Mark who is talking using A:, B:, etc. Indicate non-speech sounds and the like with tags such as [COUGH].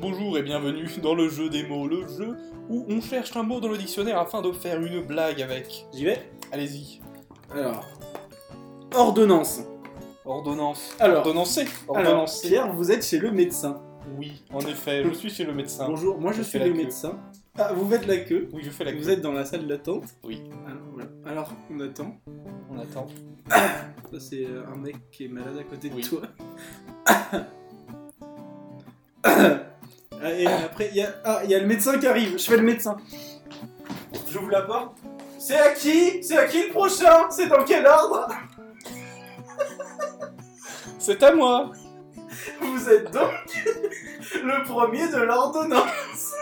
A: Bonjour et bienvenue [LAUGHS] dans le jeu des mots, le jeu où on cherche un mot dans le dictionnaire afin de faire une blague avec.
B: J'y vais
A: Allez-y.
B: Alors, ordonnance.
A: Ah. Ordonnance.
B: Alors.
A: Ordonnancé.
B: Alors,
A: Ordonnancé.
B: Pierre, vous êtes chez le médecin.
A: Oui, en effet, je suis chez le médecin.
B: Bonjour, moi je,
A: Je fais
B: suis
A: Ah. la
B: le
A: queue.
B: médecin. Ah, vous faites la queue.
A: Oui, je fais la
B: vous
A: queue.
B: êtes dans la salle d'attente.
A: Oui.
B: Alors, voilà. Alors, on attend.
A: On attend.
B: Ça, c'est euh, un mec qui est malade à côté de
A: Oui.
B: toi. [COUGHS] Ah, Et après, il y, a... ah, il y a le médecin qui arrive. Je fais le médecin. Je vous la porte. C'est à qui C'est à qui le prochain C'est dans quel ordre
A: C'est à moi
B: [LAUGHS] Vous êtes donc le premier de l'ordonnance.